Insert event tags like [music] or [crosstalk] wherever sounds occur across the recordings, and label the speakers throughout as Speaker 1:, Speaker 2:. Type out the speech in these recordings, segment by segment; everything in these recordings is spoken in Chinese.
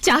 Speaker 1: 家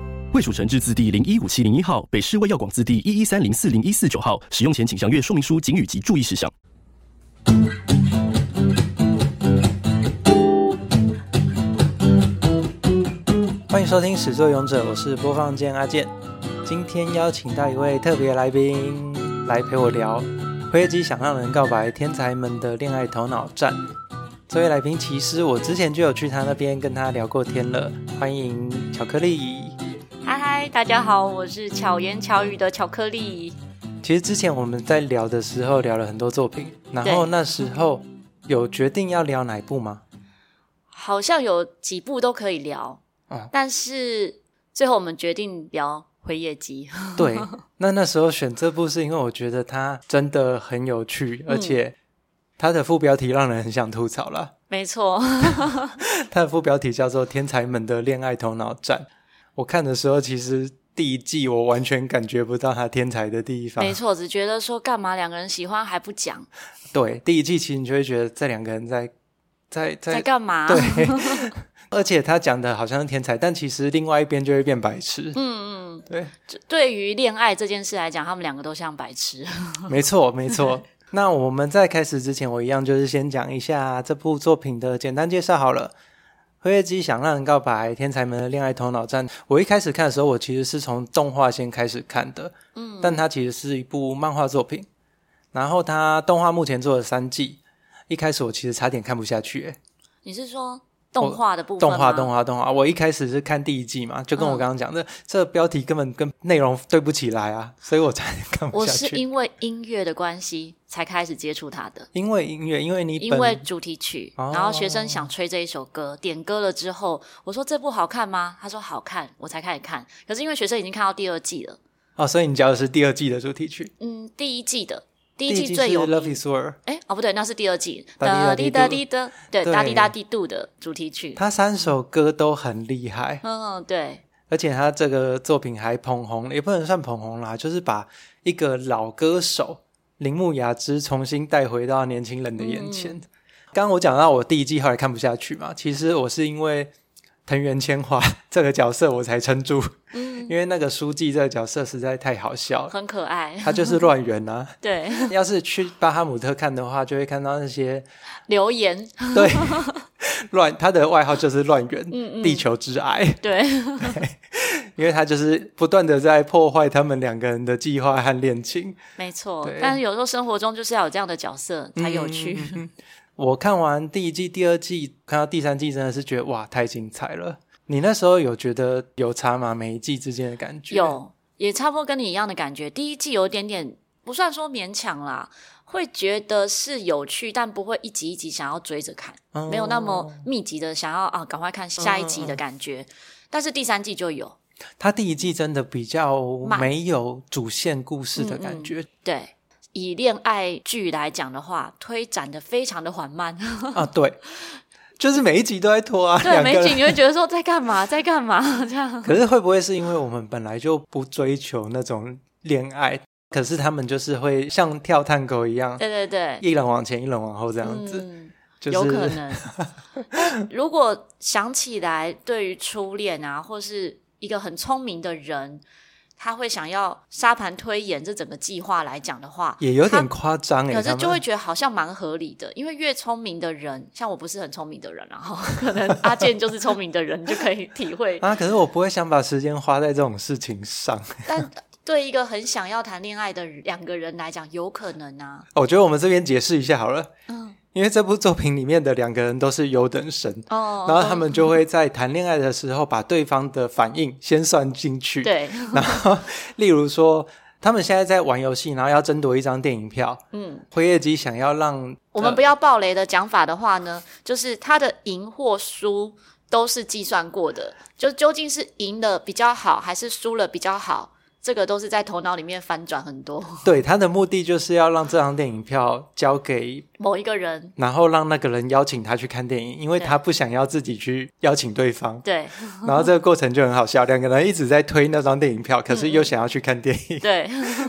Speaker 2: 卫蜀成字字第零一五七零一号，北市卫药广字第一一三零四零一四九号。使用前请详阅说明书、警语及注意事项。
Speaker 3: 欢迎收听《始作俑者》，我是播放键阿健。今天邀请到一位特别来宾来陪我聊《灰机想让人告白：天才们的恋爱头脑战》。这位来宾其实我之前就有去他那边跟他聊过天了。欢迎巧克力。
Speaker 4: 嗨嗨，大家好，我是巧言巧语的巧克力。
Speaker 3: 其实之前我们在聊的时候聊了很多作品，然后
Speaker 4: 对
Speaker 3: 那时候有决定要聊哪一部吗？
Speaker 4: 好像有几部都可以聊，
Speaker 3: 啊
Speaker 4: 但是最后我们决定聊回夜姬。
Speaker 3: 对，那那时候选这部是因为我觉得它真的很有趣，
Speaker 4: 嗯
Speaker 3: 而且它的副标题让人很想吐槽啦。
Speaker 4: [laughs]
Speaker 3: [laughs]
Speaker 4: 没错，
Speaker 3: 它的副标题叫做《天才们的恋爱头脑战》。我看的时候，其实第一季我完全感觉不到它天才的地方。
Speaker 4: 没，错，只觉得说干嘛两个人喜欢还不讲，
Speaker 3: 对，第一季其实你就会觉得这两个人在在在
Speaker 4: 在干嘛？
Speaker 3: [laughs] 对，
Speaker 4: [laughs]
Speaker 3: 而且他讲的好像是天才，但其实另外一边就会变白痴。
Speaker 4: 嗯嗯，
Speaker 3: 对，
Speaker 4: 这对于恋爱这件事来讲，他们两个都像白痴。 [laughs]
Speaker 3: [laughs] 没错，没错。那我们在开始之前，我一样就是先讲一下这部作品的简单介绍好了。《辉夜姬想让人告白：天才们的恋爱头脑战》，我一开始看的时候，我其实是从动画先开始看的，嗯，但它其实是一部漫画作品。然后它动画目前做了三季，一开始我其实差点看不下去、欸
Speaker 4: 你是说动画的部分
Speaker 3: 动
Speaker 4: 吗
Speaker 3: 画，动画，动画。我一开始是看第一季嘛，就跟我刚刚
Speaker 4: 嗯
Speaker 3: 讲的，这标题根本跟内容对不起来啊，所以我才看不
Speaker 4: 我
Speaker 3: 下
Speaker 4: 是
Speaker 3: 去。
Speaker 4: 因为音乐的关系才开始接触他的。
Speaker 3: 因为音乐，因为你
Speaker 4: 因
Speaker 3: 本
Speaker 4: 为主题曲，
Speaker 3: 哦
Speaker 4: 然后学生想吹这一首歌，点歌了之后，我说这部好看吗？他说好看，我才开始看。可是因为学生已经看到第二季了，
Speaker 3: 哦，所以你教的是第二季的主题曲，
Speaker 4: 嗯，第一季的第
Speaker 3: 第
Speaker 4: 一
Speaker 3: 一季
Speaker 4: 季
Speaker 3: 是
Speaker 4: 最有
Speaker 3: Love
Speaker 4: 名。
Speaker 3: Is War，
Speaker 4: 哎，哦不对，那是第二季，
Speaker 3: 哒
Speaker 4: 哒
Speaker 3: 滴
Speaker 4: 滴
Speaker 3: 哒
Speaker 4: 哒
Speaker 3: 滴
Speaker 4: 滴的，对，
Speaker 3: 对
Speaker 4: 哒滴哒滴嘟的主题曲。
Speaker 3: 它三首歌都很厉害，
Speaker 4: 嗯，对，
Speaker 3: 而且它这个作品还捧红，也不能算捧红啦，就是把一个老歌手铃木雅之重新带回到年轻人的眼前。
Speaker 4: 嗯
Speaker 3: 刚刚我讲到我第一季后来看不下去嘛，其实我是因为藤原千花 [laughs] 这个角色我才撑住，
Speaker 4: 嗯
Speaker 3: 因为那个书记这个角色实在太好笑了，
Speaker 4: 很可爱。
Speaker 3: 他就是乱源啊。
Speaker 4: 对， [laughs]
Speaker 3: 要是去巴哈姆特看的话，就会看到那些
Speaker 4: 留言， [laughs]
Speaker 3: 对乱，他的外号就是乱源，
Speaker 4: 嗯
Speaker 3: 地球之癌，
Speaker 4: 对，
Speaker 3: 因为他就是不断的在破坏他们两个人的计划和恋情。
Speaker 4: 没错
Speaker 3: 对。嗯
Speaker 4: 但是有时候生活中就是要有这样的角色才有趣。
Speaker 3: 我看完第一季、第二季，看到第三季，真的是觉得哇，太精彩了。你那时候有觉得有差吗？每一季之间的感觉？
Speaker 4: 有，也差不多跟你一样的感觉。第一季有一点点不算说勉强啦，会觉得是有趣，但不会一集一集想要追着看，
Speaker 3: 哦
Speaker 4: 没有那么密集的想要啊，赶快看下一集的感
Speaker 3: 嗯
Speaker 4: 觉。但是第三季就有，
Speaker 3: 他第一季真的比较
Speaker 4: 慢嗯
Speaker 3: 没有主线故事的感觉
Speaker 4: 对。以恋爱剧来讲的话，推展的非常的缓慢， [laughs]
Speaker 3: 啊，对，就是每一集都在拖啊，
Speaker 4: 对，
Speaker 3: 两个
Speaker 4: 美
Speaker 3: 人
Speaker 4: 景你会觉得说在干嘛，在干嘛这样，
Speaker 3: 可是会不会是因为我们本来就不追求那种恋爱，可是他们就是会像跳探戈一样，
Speaker 4: 对对对，
Speaker 3: 一人往前，一人往后这样子，
Speaker 4: 嗯，
Speaker 3: 就是
Speaker 4: 有可能。
Speaker 3: [laughs]
Speaker 4: 但如果想起来，对于初恋啊，或是一个很聪明的人，他会想要沙盘推演这整个计划来讲的话，
Speaker 3: 也有点
Speaker 4: 他。
Speaker 3: 夸张哎、
Speaker 4: 可
Speaker 3: 他
Speaker 4: 是
Speaker 3: 们
Speaker 4: 就会觉得好像蛮合理的，因为越聪明的人，像我不是很聪明的人，然后 [laughs] 可能阿健就是聪明的人，就可以体
Speaker 3: [laughs]
Speaker 4: 会。
Speaker 3: 啊，可是我不会想把时间花在这种事情上。 [laughs]
Speaker 4: 但对一个很想要谈恋爱的两个人来讲，有可能啊，
Speaker 3: 我觉得我们这边解释一下好了，
Speaker 4: 嗯，
Speaker 3: 因为这部作品里面的两个人都是优等生。
Speaker 4: 哦，
Speaker 3: 然后他们就会在谈恋爱的时候把对方的反应先算进去，
Speaker 4: 对，
Speaker 3: [laughs] 然后，例如说，他们现在在玩游戏，然后要争夺一张电影票。
Speaker 4: 嗯，
Speaker 3: 辉夜姬想要让
Speaker 4: 我们不要暴雷的讲法的话呢，就是他的赢或输都是计算过的，就究竟是赢了比较好还是输了比较好，这个都是在头脑里面翻转很多
Speaker 3: 对，他的目的就是要让这张电影票交给，
Speaker 4: 某一个人。
Speaker 3: 然后让那个人邀请他去看电影，因为
Speaker 4: 对嗯
Speaker 3: 他不想要自己去邀请对方。
Speaker 4: 对
Speaker 3: 然后这个过程就很好笑，两个人一直在推那张电影票，可是又想要去看电影。
Speaker 4: 对， [laughs]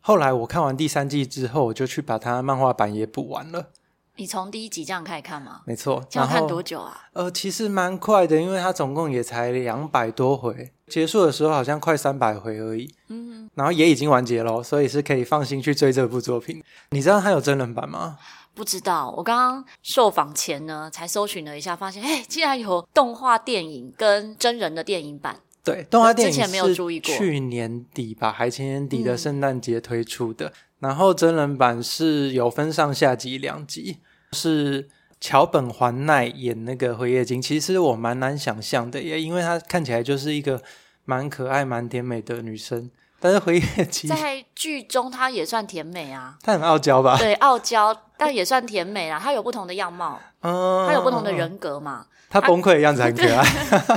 Speaker 3: 后来我看完第三季之后，我就去把它漫画版也补完了。
Speaker 4: 你从第一集这样开始看吗？
Speaker 3: 没错，
Speaker 4: 这
Speaker 3: 然
Speaker 4: 样看
Speaker 3: 后
Speaker 4: 多久啊？
Speaker 3: 呃，其实蛮快的，因为它总共也才两百多回，结束的时候好像快三百回而已。嗯，然后也已经完结喽，所以是可以放心去追这部作品。你知道它有真人版吗？
Speaker 4: 不知道。我刚刚受访前呢，才搜寻了一下，发现哎，竟然有动画电影跟真人的电影版。
Speaker 3: 对，动画电
Speaker 4: 之前没有
Speaker 3: 影
Speaker 4: 注
Speaker 3: 是
Speaker 4: 意过嗯
Speaker 3: 去年底吧，还前年底的圣诞节推出的。然后真人版是有分上下集两集，是桥本环奈演那个辉夜姬。其实我蛮难想象的耶，因为她看起来就是一个蛮可爱、蛮甜美的女生，但是辉夜姬
Speaker 4: 在剧中，她也算甜美啊，
Speaker 3: 她很傲娇吧？
Speaker 4: 对，傲娇，但也算甜美啦。她有不同的样貌，
Speaker 3: 嗯，
Speaker 4: 她有不同的，人格嘛。
Speaker 3: 她崩溃的样子很可爱。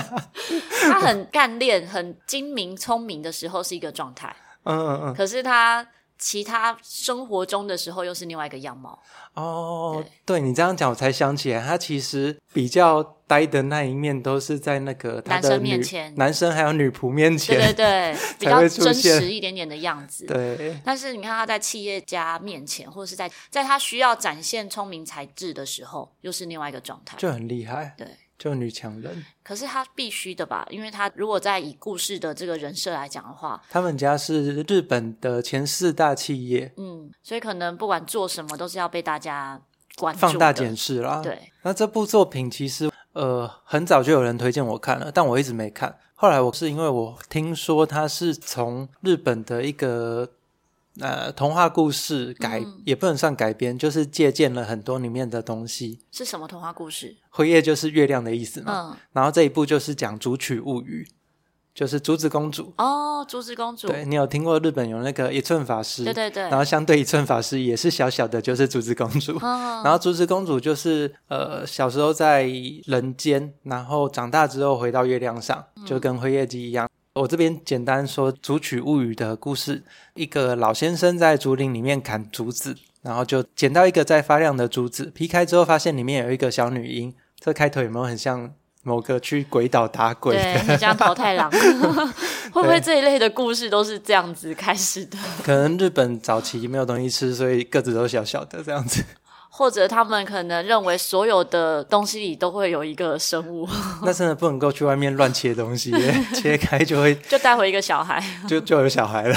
Speaker 4: [laughs]
Speaker 3: 嗯
Speaker 4: 她很干练、很精明、聪明的时候是一个状态，
Speaker 3: 嗯嗯嗯，
Speaker 4: 可是她其他生活中的时候又是另外一个样貌。
Speaker 3: 哦，对你这样讲，我才想起来，她其实比较呆的那一面都是在那个她的
Speaker 4: 男生面
Speaker 3: 女
Speaker 4: 前
Speaker 3: 男生还有女仆面
Speaker 4: 对
Speaker 3: 前。
Speaker 4: 对对，
Speaker 3: [laughs]
Speaker 4: 比
Speaker 3: 才
Speaker 4: 较
Speaker 3: 会出
Speaker 4: 真
Speaker 3: 现
Speaker 4: 实一点点的样子。
Speaker 3: 对
Speaker 4: 但是你看他在企业家面前，或者是在在他需要展现聪明才智的时候，又是另外一个状态。
Speaker 3: 就很厉害，
Speaker 4: 对，
Speaker 3: 就女强人。
Speaker 4: 可是他必须的吧？因为他如果在以故事的这个人设来讲的话，
Speaker 3: 他们家是日本的前四大企业，
Speaker 4: 嗯，所以可能不管做什么都是要被大家关注的
Speaker 3: 放大检。视啦。，
Speaker 4: 对，
Speaker 3: 那这部作品其实呃很早就有人推荐我看了，但我一直没看。后来我是因为我听说它是从日本的一个呃童话故事改，
Speaker 4: 嗯
Speaker 3: 也不能算改编，就是借鉴了很多里面的东西。
Speaker 4: 是什么童话故事？
Speaker 3: 辉夜就是月亮的意思嘛，
Speaker 4: 嗯，
Speaker 3: 然后这一部就是讲《竹取物语》，就是竹子公主。
Speaker 4: 哦，竹子公主，
Speaker 3: 对你有听过日本有那个一寸法师？
Speaker 4: 对对对
Speaker 3: 然后相对一寸法师也是小小的，就是竹子公主。
Speaker 4: 嗯，
Speaker 3: [laughs] 然后竹子公主就是呃小时候在人间，然后长大之后回到月亮上，
Speaker 4: 嗯
Speaker 3: 就跟辉夜姬一样。我这边简单说《竹取物语》的故事：一个老先生在竹林里面砍竹子，然后就捡到一个在发亮的竹子，劈开之后发现里面有一个小女婴。这开头有没有很像某个去鬼岛打鬼的？
Speaker 4: 对，很像桃
Speaker 3: [laughs]
Speaker 4: 太郎， [laughs] 会不会这一类的故事都是这样子开始的？ [laughs]
Speaker 3: 可能日本早期没有东西吃，所以个子都小小的这样子。
Speaker 4: 或者他们可能认为所有的东西里都会有一个生物， [laughs]
Speaker 3: 那真的不能够去外面乱切东西耶，切开就会
Speaker 4: 就带回一个小
Speaker 3: [laughs]
Speaker 4: 孩。
Speaker 3: 就就有小孩了。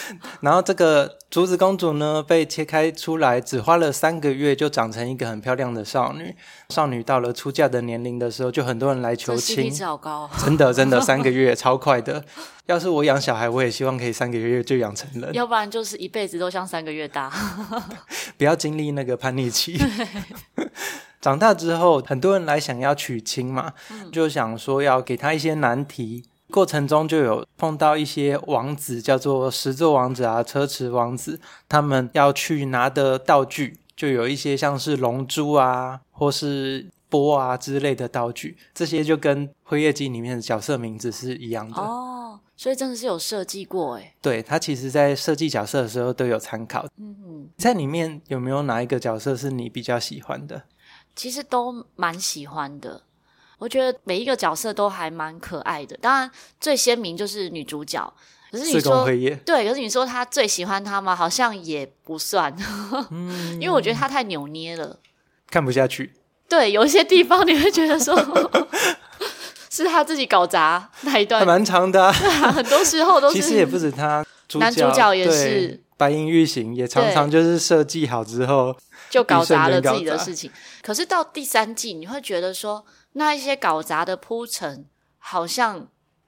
Speaker 3: [laughs] 然后这个竹子公主呢，被切开出来，只花了三个月就长成一个很漂亮的少女。少女到了出嫁的年龄的时候，就很多人来求
Speaker 4: 这 CP
Speaker 3: 亲。
Speaker 4: 值好高、哦，
Speaker 3: 真的真的三个月超快的。要是我养小孩，我也希望可以三个月就养成人，
Speaker 4: 要不然就是一辈子都像三个月大。
Speaker 3: [laughs] 不要经历那个叛逆期。长大之后，很多人来想要娶亲嘛，就想说要给他一些难题。过程中就有碰到一些王子，叫做石座王子啊、车迟王子，他们要去拿的道具，就有一些像是龙珠啊，或是波啊之类的道具，这些就跟《辉夜姬》里面的角色名字是一样的。
Speaker 4: 哦，所以真的是有设计过哎。
Speaker 3: 对，他其实在设计角色的时候都有参考。
Speaker 4: 嗯，
Speaker 3: 在里面有没有哪一个角色是你比较喜欢的？
Speaker 4: 其实都蛮喜欢的。我觉得每一个角色都还蛮可爱的，当然最鲜明就是女主角。可是你
Speaker 3: 四宫
Speaker 4: 说
Speaker 3: 辉夜。
Speaker 4: 对，可是你说她最喜欢她吗？好像也不算，
Speaker 3: 嗯
Speaker 4: [laughs] 因为我觉得她太扭捏了。
Speaker 3: 看不下去。
Speaker 4: 对，有一些地方你会觉得
Speaker 3: [laughs]
Speaker 4: 说是他自己搞砸那一
Speaker 3: 还
Speaker 4: 段，
Speaker 3: 蛮长的、啊，
Speaker 4: 很多时呃候都是
Speaker 3: 其实也不止
Speaker 4: [laughs]
Speaker 3: 他，主
Speaker 4: 男主角也
Speaker 3: 对
Speaker 4: 是
Speaker 3: 白银玉行，也常常就是设计好之后，
Speaker 4: 就搞砸了自己的事情。可是到第三季，你会觉得说那一些搞砸的铺陈好像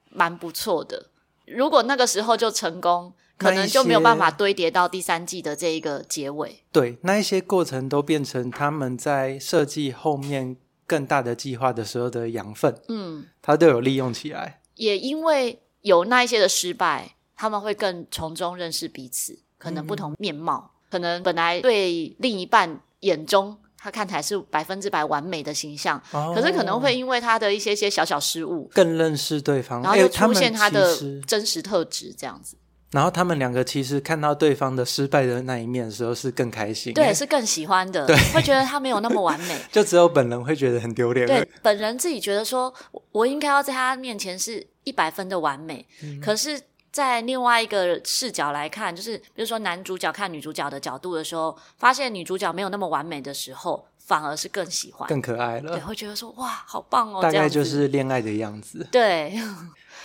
Speaker 4: 蛮不错的。如果那个时候就成功，可
Speaker 3: 那
Speaker 4: 能
Speaker 3: 一
Speaker 4: 就没有办法
Speaker 3: 些
Speaker 4: 堆叠到第三季的这一个结尾。
Speaker 3: 对那一些过程都变成他们在设计后面更大的计划的时候的养分，
Speaker 4: 嗯，
Speaker 3: 他都有利用起来。
Speaker 4: 也因为有那一些的失败，他们会更从中
Speaker 3: 嗯
Speaker 4: 认识彼此，可能不同面貌，可能本来对另一半眼中。他看起来是百分之百完美的形象，
Speaker 3: 哦
Speaker 4: 可是可能会因为他的一些些小小失误，
Speaker 3: 更认识对方，
Speaker 4: 然后
Speaker 3: 哎
Speaker 4: 就出现
Speaker 3: 他
Speaker 4: 他
Speaker 3: 们
Speaker 4: 的
Speaker 3: 其实
Speaker 4: 真实特质这样子。
Speaker 3: 然后他们两个其实看到对方的失败的那一面的时候是更开心，哎
Speaker 4: 对，是更喜欢的，会觉得他没有那么完美。
Speaker 3: 就只有本人会觉得很丢脸。
Speaker 4: 对，本人自己觉得说，我我应该要在他面前是一百分的完美，嗯可是，在另外一个视角来看，就是比如说男主角看女主角的角度的时候，发现女主角没有那么完美的时候，反而是更喜欢，
Speaker 3: 更可爱
Speaker 4: 对，
Speaker 3: 了，
Speaker 4: 会觉得说哇，好棒哦，
Speaker 3: 大
Speaker 4: 这样
Speaker 3: 概
Speaker 4: 子
Speaker 3: 就是恋爱的样子。
Speaker 4: 对。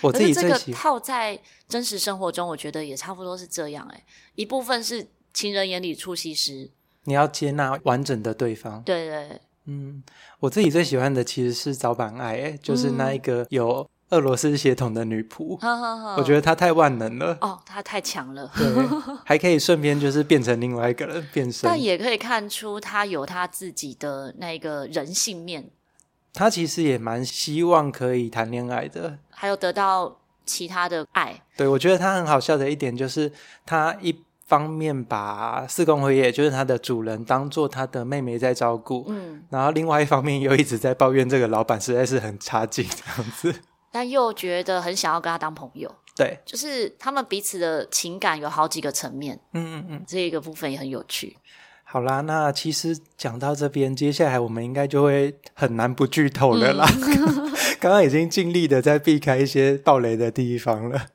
Speaker 3: 我
Speaker 4: 可
Speaker 3: 自己
Speaker 4: 是 [laughs] 这
Speaker 3: 最
Speaker 4: 个
Speaker 3: 喜欢，
Speaker 4: 套在真实生活中，我觉得也差不多是这样、欸。哎，一部分是情人眼里出西施，
Speaker 3: 你要接纳完整的对方。
Speaker 4: 对对对，
Speaker 3: 嗯，我自己最喜欢的其实是早版爱，哎
Speaker 4: 嗯
Speaker 3: 就是那一个有俄罗斯血统的女仆，
Speaker 4: 呵呵呵
Speaker 3: 我觉得她太万能了。
Speaker 4: 哦，他太强了。
Speaker 3: 对，还可以顺便就是变成另外一个人变身。
Speaker 4: 但也可以看出他有他自己的那个人性面，
Speaker 3: 她其实也蛮希望可以谈恋爱的，
Speaker 4: 还有得到其他的爱。
Speaker 3: 对，我觉得他很好笑的一点就是，他一方面把四宫辉也就是他的主人当做他的妹妹在照顾，
Speaker 4: 嗯，
Speaker 3: 然后另外一方面又一直在抱怨这个老板实在是很差劲这样子。
Speaker 4: 但又觉得很想要跟他当朋友，
Speaker 3: 对，
Speaker 4: 就是他们彼此的情感有好几个层面，
Speaker 3: 嗯嗯嗯，
Speaker 4: 这个部分也很有趣。
Speaker 3: 好啦，那其实讲到这边，接下来我们应该就会很难不剧透了啦。 [laughs] 刚刚已经尽力的在避开一些暴雷的地方了，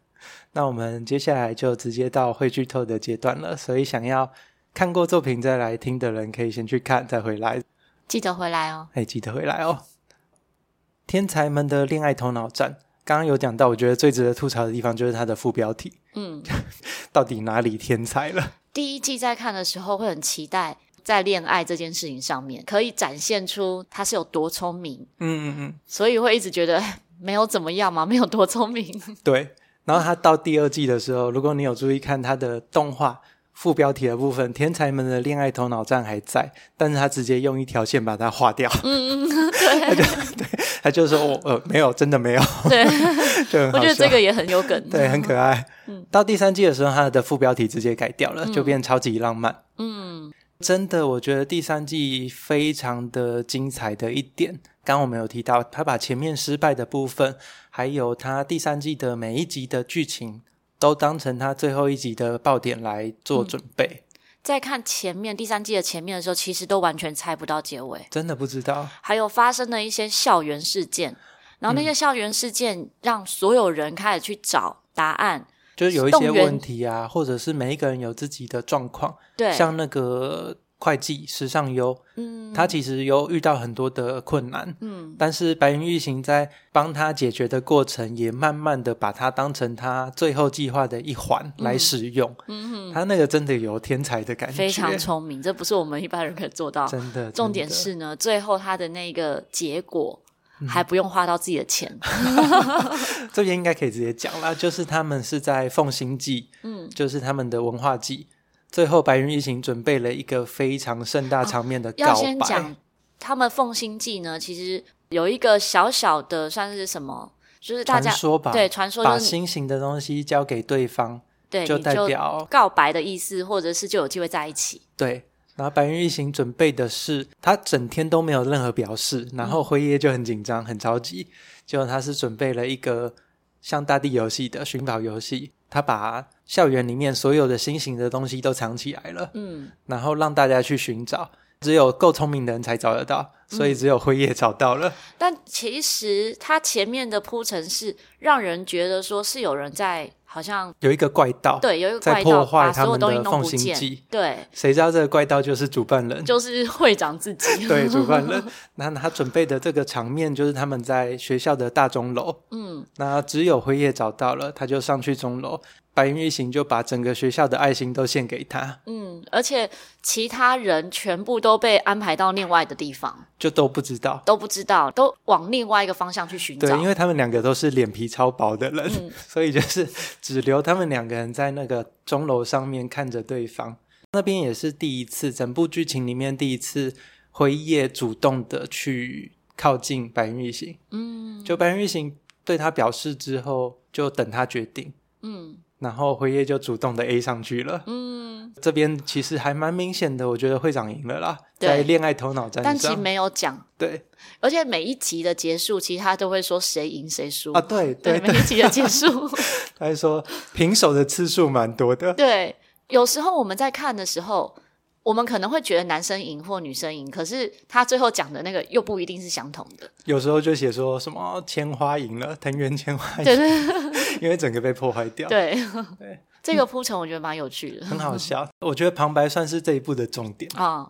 Speaker 3: 那我们接下来就直接到会剧透的阶段了。所以想要看过作品再来听的人，可以先去看再回来。
Speaker 4: 记得回来哦。
Speaker 3: 哎，记得回来哦。天才们的恋爱头脑战，刚刚有讲到，我觉得最值得吐槽的地方就是它的副标题，
Speaker 4: 嗯，
Speaker 3: [laughs] 到底哪里天才了？
Speaker 4: 第一季在看的时候会很期待，在恋爱这件事情上面可以展现出他是有多聪明，
Speaker 3: 嗯嗯
Speaker 4: 所以会一直觉得 [laughs] 哎没有怎么样嘛，没有多聪
Speaker 3: [laughs]
Speaker 4: 明。
Speaker 3: 嗯，对。然后它到第二季的时候，如果你有注意看它的动画副标题的部分，天才们的恋爱头脑战还在，但是他直接用一条线把它划掉。嗯 [laughs] 嗯，对，他就对，他就说我呃没有，真的没有，
Speaker 4: 对，
Speaker 3: 就很好
Speaker 4: 我觉得
Speaker 3: 笑
Speaker 4: 这个也很有梗。 [laughs]
Speaker 3: 对，很可爱。
Speaker 4: 嗯
Speaker 3: 到第三季的时候，它的副标题直接改掉了，就变超级浪漫。
Speaker 4: 嗯，
Speaker 3: 真的，我觉得第三季非常的精彩的一点，刚刚我们有提到，他把前面失败的部分，还有他第三季的每一集的剧情，都当成他最后一集的爆点来做准备。
Speaker 4: 在看前面第三季的前面的时候，其实都完全猜不到结尾，
Speaker 3: 真的不知道，
Speaker 4: 还有发生的一些校园事件，然后那些
Speaker 3: 嗯
Speaker 4: 校园事件让所有人开始去找答案。
Speaker 3: 就是有一些
Speaker 4: 动员
Speaker 3: 问题啊，或者是每一个人有自己的状况，
Speaker 4: 对，
Speaker 3: 像那个会计时尚优，
Speaker 4: 嗯
Speaker 3: 他其实有遇到很多的困难，
Speaker 4: 嗯，
Speaker 3: 但是白云玉行在帮他解决的过程，也慢慢的把它当成他最后计划的一环来使用。嗯他那个真的有天才的感觉，
Speaker 4: 非常聪明，这不是我们一般人可以做到。
Speaker 3: 真的。
Speaker 4: 重点
Speaker 3: 真的，嗯
Speaker 4: 是呢，最后他的那个结果还不用花到自己的
Speaker 3: [laughs]
Speaker 4: 钱。
Speaker 3: 这边应该可以直接讲啦，就是他们是在奉新祭，
Speaker 4: 嗯，
Speaker 3: 就是他们的文化祭。最后，白云一行准备了一个非常盛大场面的告白。
Speaker 4: 哦要先讲他们奉新记呢，其实有一个小小的算是什么，就是大
Speaker 3: 传
Speaker 4: 家
Speaker 3: 说吧，
Speaker 4: 对传说
Speaker 3: 把
Speaker 4: 就是
Speaker 3: 心形的东西交给对方，
Speaker 4: 对
Speaker 3: 就
Speaker 4: 你
Speaker 3: 代表
Speaker 4: 告白的意思，或者是就有机会在一起。
Speaker 3: 对，然后白云一行准备的是，他整天都没有任何表示，
Speaker 4: 嗯
Speaker 3: 然后辉夜就很紧张、很着急。结果他是准备了一个像大地游戏的寻宝游戏，他把校园里面所有的新型的东西都藏起来了，
Speaker 4: 嗯，
Speaker 3: 然后让大家去寻找，只有够聪明的人才找得到，所以
Speaker 4: 嗯
Speaker 3: 只有辉夜找到了。
Speaker 4: 但其实它前面的铺陈是让人觉得说是有人在好像
Speaker 3: 有一个怪盗，，
Speaker 4: 对有一个
Speaker 3: 在
Speaker 4: 怪盗
Speaker 3: 破坏
Speaker 4: 把所
Speaker 3: 他们
Speaker 4: 有东西
Speaker 3: 的
Speaker 4: 弄不
Speaker 3: 奉行
Speaker 4: 见
Speaker 3: 记，
Speaker 4: 对，
Speaker 3: 谁知道这个怪盗就是主办人，
Speaker 4: 就是会长
Speaker 3: [laughs]
Speaker 4: 自 [laughs] 己。
Speaker 3: 对，主办人。那他准备的这个场面就是他们在学校的大钟楼，
Speaker 4: 嗯，
Speaker 3: 那只有辉夜找到了，他就上去钟楼，白云一行就把整个学校的爱心都献给他，
Speaker 4: 嗯，而且其他人全部都被安排到另外的地方，
Speaker 3: 就都不知道。
Speaker 4: 都不知道，都往另外一个方向去寻
Speaker 3: 对，
Speaker 4: 找
Speaker 3: 因。为他们两个都是脸皮超薄的人，所以就是只留他们两个人在那个钟楼上面看着对方。那边也是第一次，整部剧情里面第一次辉夜主动的去靠近白云一行，
Speaker 4: 嗯
Speaker 3: 就白云一行对他表示之后，就等他决定。
Speaker 4: 嗯，
Speaker 3: 然后辉夜就主动的 A 上去了。
Speaker 4: 嗯，
Speaker 3: 这边其实还蛮明显的，我觉得会长赢了啦，
Speaker 4: 对
Speaker 3: 在恋爱头脑战
Speaker 4: 但其实
Speaker 3: 上。
Speaker 4: 没有讲，
Speaker 3: 对
Speaker 4: 而且每一集的结束，其实他都会说谁赢谁输
Speaker 3: 啊，对对
Speaker 4: 每
Speaker 3: 对，
Speaker 4: 一集的结束，
Speaker 3: [laughs] 他还说平手的次数蛮多的。
Speaker 4: 对，有时候我们在看的时候，我们可能会觉得男生赢或女生赢，可是他最后讲的那个又不一定是相同的。
Speaker 3: 有时候就写说什么千花赢了，藤原千花赢，
Speaker 4: 对
Speaker 3: 了， [laughs]
Speaker 4: 对
Speaker 3: 因为整个被破坏掉，
Speaker 4: 对，
Speaker 3: 哦对
Speaker 4: [laughs]
Speaker 3: 嗯
Speaker 4: 这个铺陈我觉得蛮有趣
Speaker 3: [laughs]
Speaker 4: 的
Speaker 3: 很好笑。我觉得旁白算是这一部的重点。
Speaker 4: 啊、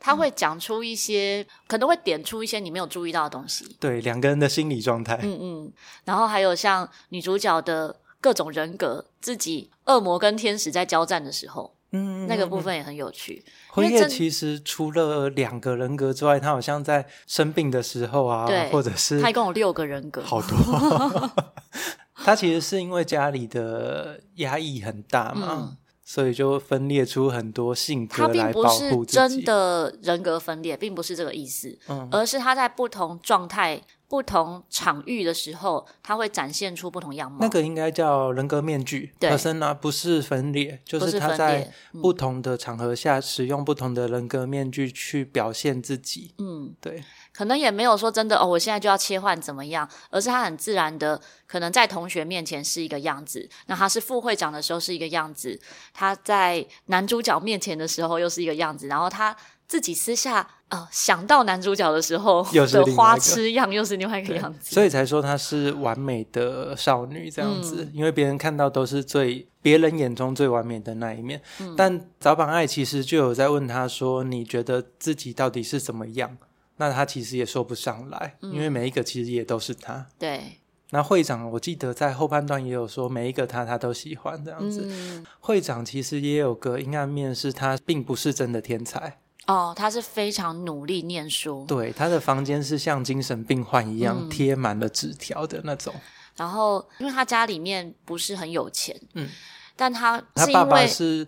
Speaker 4: 他会讲出一些，可能会点出一些你没有注意到的东西。
Speaker 3: 对两个人的心理状态，
Speaker 4: 嗯嗯，然后还有像女主角的各种人格，自己恶魔跟天使在交战的时候，
Speaker 3: 嗯
Speaker 4: 那个部分也很有趣。
Speaker 3: 辉
Speaker 4: 因为
Speaker 3: 夜
Speaker 4: 真
Speaker 3: 其实除了两个人格之外，他好像在生病的时候啊
Speaker 4: 对，
Speaker 3: 或者是
Speaker 4: 他一共有六个人格，
Speaker 3: 好多。 [laughs] 他其实是因为家里的压抑很大嘛，
Speaker 4: 嗯
Speaker 3: 所以就分裂出很多性格
Speaker 4: 他并
Speaker 3: 来
Speaker 4: 不
Speaker 3: 保
Speaker 4: 是
Speaker 3: 护自己。
Speaker 4: 真，的呃人格分裂，并不是这个意思，
Speaker 3: 嗯
Speaker 4: 而是他在不同状态、不同场域的时候，他会展现出不同样貌。
Speaker 3: 那个应该叫人格面具。
Speaker 4: 对
Speaker 3: 本身呢不是分裂，就
Speaker 4: 不是
Speaker 3: 他
Speaker 4: 分
Speaker 3: 在
Speaker 4: 裂嗯
Speaker 3: 不同的场合下使用不同的人格面具去表现自己。
Speaker 4: 嗯，
Speaker 3: 对，
Speaker 4: 可能也没有说真的哦，我现在就要切换怎么样，而是他很自然的，可能在同学面前是一个样子，那他是副会长的时候是一个样子，他在男主角面前的时候又是一个样子，然后他自己私下呃想到男主角的时候
Speaker 3: 又是
Speaker 4: 的
Speaker 3: 另外一
Speaker 4: 花
Speaker 3: 个
Speaker 4: 痴样又是另外一个样子，
Speaker 3: 所以才说她是完美的少女这样
Speaker 4: 嗯
Speaker 3: 子，因为别人看到都是最别人眼中最完美的那一面。
Speaker 4: 嗯
Speaker 3: 但早坂爱其实就有在问她说：“你觉得自己到底是怎么样？”那她其实也说不上来，
Speaker 4: 嗯
Speaker 3: 因为每一个其实也都是她。
Speaker 4: 对，
Speaker 3: 那会长，我记得在后半段也有说，每一个她她都喜欢这样子。
Speaker 4: 嗯，
Speaker 3: 会长其实也有个阴暗面，是她并不是真的天才，
Speaker 4: 哦，他是非常努力念书，
Speaker 3: 对，她的房间是像精神病患一样
Speaker 4: 嗯
Speaker 3: 贴满了纸条的那种。
Speaker 4: 然后因为他家里面不是很有钱，
Speaker 3: 嗯，
Speaker 4: 但他
Speaker 3: 他
Speaker 4: 是
Speaker 3: 爸
Speaker 4: 因
Speaker 3: 爸
Speaker 4: 为
Speaker 3: 是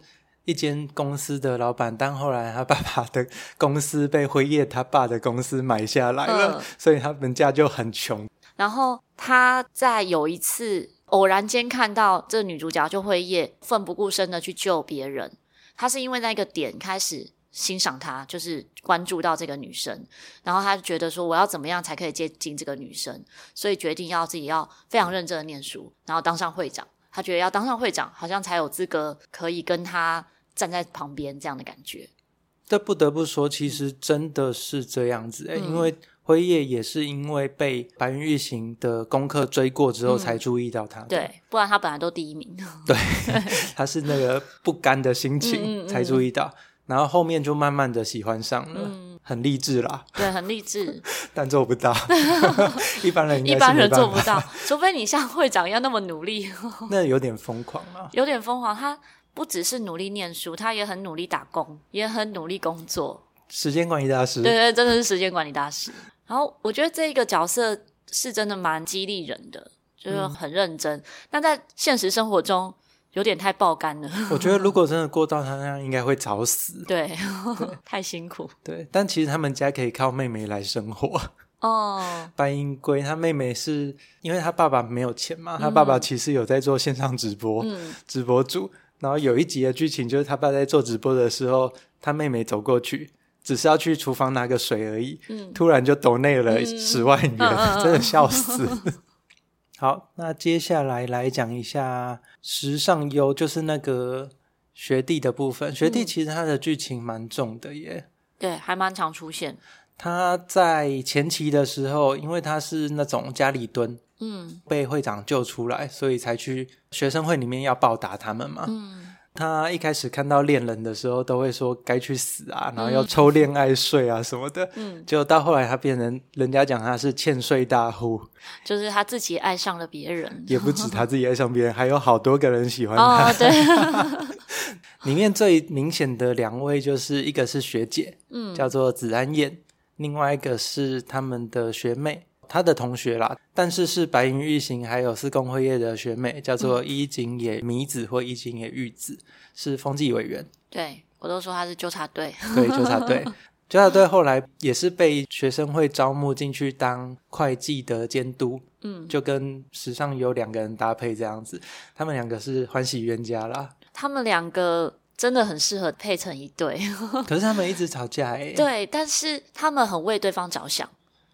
Speaker 3: 一间公司的老板，但后来他爸爸的公司被辉夜他爸的公司买下来了，
Speaker 4: 嗯
Speaker 3: 所以他们家就很穷。
Speaker 4: 然后他在有一次偶然间看到这女主角就会夜奋不顾身的去救别人，他是因为那个点开始欣赏她，就是关注到这个女生，然后他就觉得说我要怎么样才可以接近这个女生，所以决定要自己要非常认真的念书，然后当上会长。他觉得要当上会长，好像才有资格可以跟她站在旁边这样的感觉。
Speaker 3: 这不得不说，其实真的是这样子、欸
Speaker 4: 嗯
Speaker 3: 因为辉夜也是因为被白云玉行的功课追过之后
Speaker 4: 嗯
Speaker 3: 才注意到他的，
Speaker 4: 对，不然他本来都第一名。
Speaker 3: [laughs]
Speaker 4: [laughs]
Speaker 3: 他是那个不甘的心
Speaker 4: 嗯嗯
Speaker 3: 情
Speaker 4: 嗯
Speaker 3: 才注意到，然后后面就慢慢的喜欢上了，
Speaker 4: 嗯，
Speaker 3: 很励志啦，
Speaker 4: 对，很励志。
Speaker 3: 但做不
Speaker 4: [laughs]
Speaker 3: 到，一般人应该
Speaker 4: 一
Speaker 3: 是
Speaker 4: 般
Speaker 3: 没
Speaker 4: 人
Speaker 3: 办
Speaker 4: 做不
Speaker 3: 法，
Speaker 4: 到， [laughs] 除非你像会长一样那么努力， [laughs]
Speaker 3: 那有点疯狂啊。
Speaker 4: 有点疯狂。他不只是努力念书，他也很努力打工，也很努力工作。
Speaker 3: 时间管理大师，
Speaker 4: 对对，真的是时间管理大师。然后我觉得这一个角色是真的蛮激励人的，就是很认
Speaker 3: 嗯
Speaker 4: 真。但在现实生活中有点太爆肝了， [laughs]
Speaker 3: 我觉得如果真的过到他那样，应该会早死。
Speaker 4: 对， [laughs] 太辛苦
Speaker 3: 对，但其实他们家可以靠妹妹来生活。
Speaker 4: 哦。
Speaker 3: 白银龟他妹妹是因为他爸爸没有钱嘛，他爸爸其实有在做线上直播，
Speaker 4: 嗯
Speaker 3: 直播主。然后有一集的剧情就是他爸在做直播的时候，他妹妹走过去，只是要去厨房拿个水而已，
Speaker 4: 嗯
Speaker 3: 突然就抖内了十万元，
Speaker 4: 嗯嗯嗯
Speaker 3: 真的笑
Speaker 4: [laughs]
Speaker 3: 死。好，那接下来来讲一下时尚优，就是那个学弟的部分。学弟
Speaker 4: 嗯
Speaker 3: 其实他的剧情蛮重的耶，
Speaker 4: 对，还蛮常出现。
Speaker 3: 他在前期的时候，因为他是那种家里蹲，
Speaker 4: 嗯
Speaker 3: 被会长救出来，所以才去学生会里面要报答他们嘛。
Speaker 4: 嗯，
Speaker 3: 他一开始看到恋人的时候，都会说该去死啊，然后要抽恋爱税啊什么的。
Speaker 4: 嗯，
Speaker 3: 结果到后来他变成人家讲他是欠税大户，
Speaker 4: 就是他自己爱上了别人。
Speaker 3: 也不止他自己爱上
Speaker 4: [laughs]
Speaker 3: 别人，还有好多个人喜欢他。
Speaker 4: 哦，对， [laughs]
Speaker 3: 里面最明显的两位就是一个是学姐，
Speaker 4: 嗯
Speaker 3: 叫做子安燕，另外一个是他们的学妹，她的同学啦，但是是白云玉行还有四宫辉夜的学妹，叫做伊井野弥子或伊井野玉子，是风纪委员，
Speaker 4: 对我都说他是纠察队。 [laughs]
Speaker 3: 对纠察队。纠察队后来也是被学生会招募进去当会计的监督，
Speaker 4: 嗯，
Speaker 3: 就跟时尚有两个人搭配这样子，他们两个是欢喜冤家啦。
Speaker 4: [laughs] 他们两个真的很适合配成一
Speaker 3: [laughs]
Speaker 4: 对，
Speaker 3: 可是他们一直吵架哎、欸，
Speaker 4: 对，但是他们很为对方着想，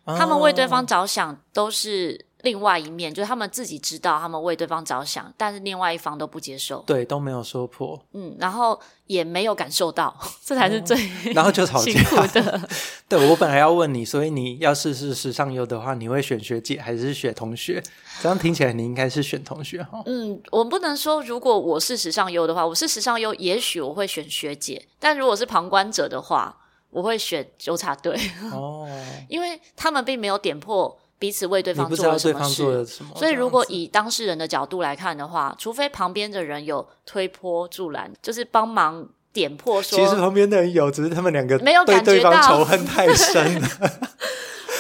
Speaker 3: 哦，
Speaker 4: 他们为对方着想都是另外一面，就是他们自己知道他们为对方着想，但是另外一方都不接受，
Speaker 3: 对都没有说破，
Speaker 4: 嗯，然后也没有感受到， [laughs] 这才是最、
Speaker 3: 哦然后就吵架
Speaker 4: 辛苦
Speaker 3: [laughs]
Speaker 4: 的。
Speaker 3: 对我本来要问你，所以你要是是时尚优的话，你会选学姐还是选同学？这样听起来你应该是选同学哈。
Speaker 4: 嗯，我不能说如果我是时尚优的话，我是时尚优，也许我会选学姐，但如果是旁观者的话，我会选纠察队， [laughs]
Speaker 3: 哦，
Speaker 4: 因为他们并没有点破彼此为对
Speaker 3: 你
Speaker 4: 方
Speaker 3: 不知
Speaker 4: 做
Speaker 3: 道
Speaker 4: 了
Speaker 3: 对
Speaker 4: 什么
Speaker 3: 方
Speaker 4: 事。
Speaker 3: 做了什么，
Speaker 4: 所
Speaker 3: 这
Speaker 4: 以，
Speaker 3: 样
Speaker 4: 如果
Speaker 3: 子
Speaker 4: 以当事人的角度来看的话，除非旁边的人有推波助澜，就是帮忙点破说，
Speaker 3: 其实旁边的人有，只是他们两个
Speaker 4: 没有
Speaker 3: 对
Speaker 4: 感
Speaker 3: 对
Speaker 4: 觉
Speaker 3: 方
Speaker 4: 到
Speaker 3: 仇恨太深了。
Speaker 4: [laughs]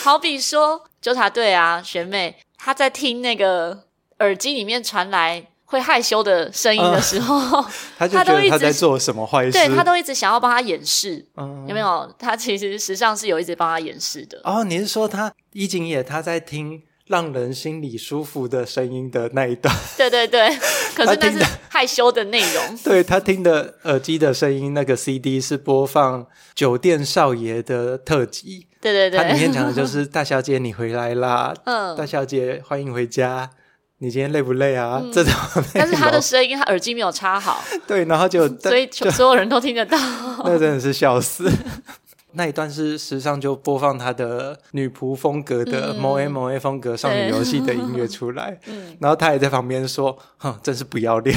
Speaker 4: 好比说纠察队啊，学妹她在听那个耳机里面传来会害羞的声音的
Speaker 3: 嗯
Speaker 4: 时
Speaker 3: [laughs]
Speaker 4: 候，
Speaker 3: 他就
Speaker 4: 他
Speaker 3: 觉
Speaker 4: 都
Speaker 3: 得
Speaker 4: 一
Speaker 3: 他在
Speaker 4: 直
Speaker 3: 做什么坏事，
Speaker 4: 对她都一直想要帮她掩饰，
Speaker 3: 嗯
Speaker 4: 有没有？她其实时尚是有一直帮她掩饰的。
Speaker 3: 哦，你是说他伊景野他在听让人心里舒服的声音的那一段？
Speaker 4: 对对对，可是
Speaker 3: 她
Speaker 4: 那
Speaker 3: 听
Speaker 4: 是
Speaker 3: 的
Speaker 4: 害羞的内容。
Speaker 3: 对他听的耳机的声音，那个 CD 是播放《酒店少爷》的特辑，
Speaker 4: 对对
Speaker 3: 它里面
Speaker 4: 对，
Speaker 3: 讲的就是大小姐你回来啦，大
Speaker 4: 嗯，
Speaker 3: 小姐欢迎回家，你今天累不累啊？这种内
Speaker 4: 嗯但是她的
Speaker 3: 容
Speaker 4: 声音，她耳机没有插好，
Speaker 3: [laughs] 对，然后就
Speaker 4: [laughs] 所以哦所有人都听得到。 [laughs]
Speaker 3: 那真的是笑死。 [laughs] 那一段是时尚就播放他的女仆风格的
Speaker 4: 嗯
Speaker 3: 某 A 某 A 风格少女游戏的音乐出来，
Speaker 4: 嗯
Speaker 3: 然后他也在旁边说：“哼，真是不要脸。”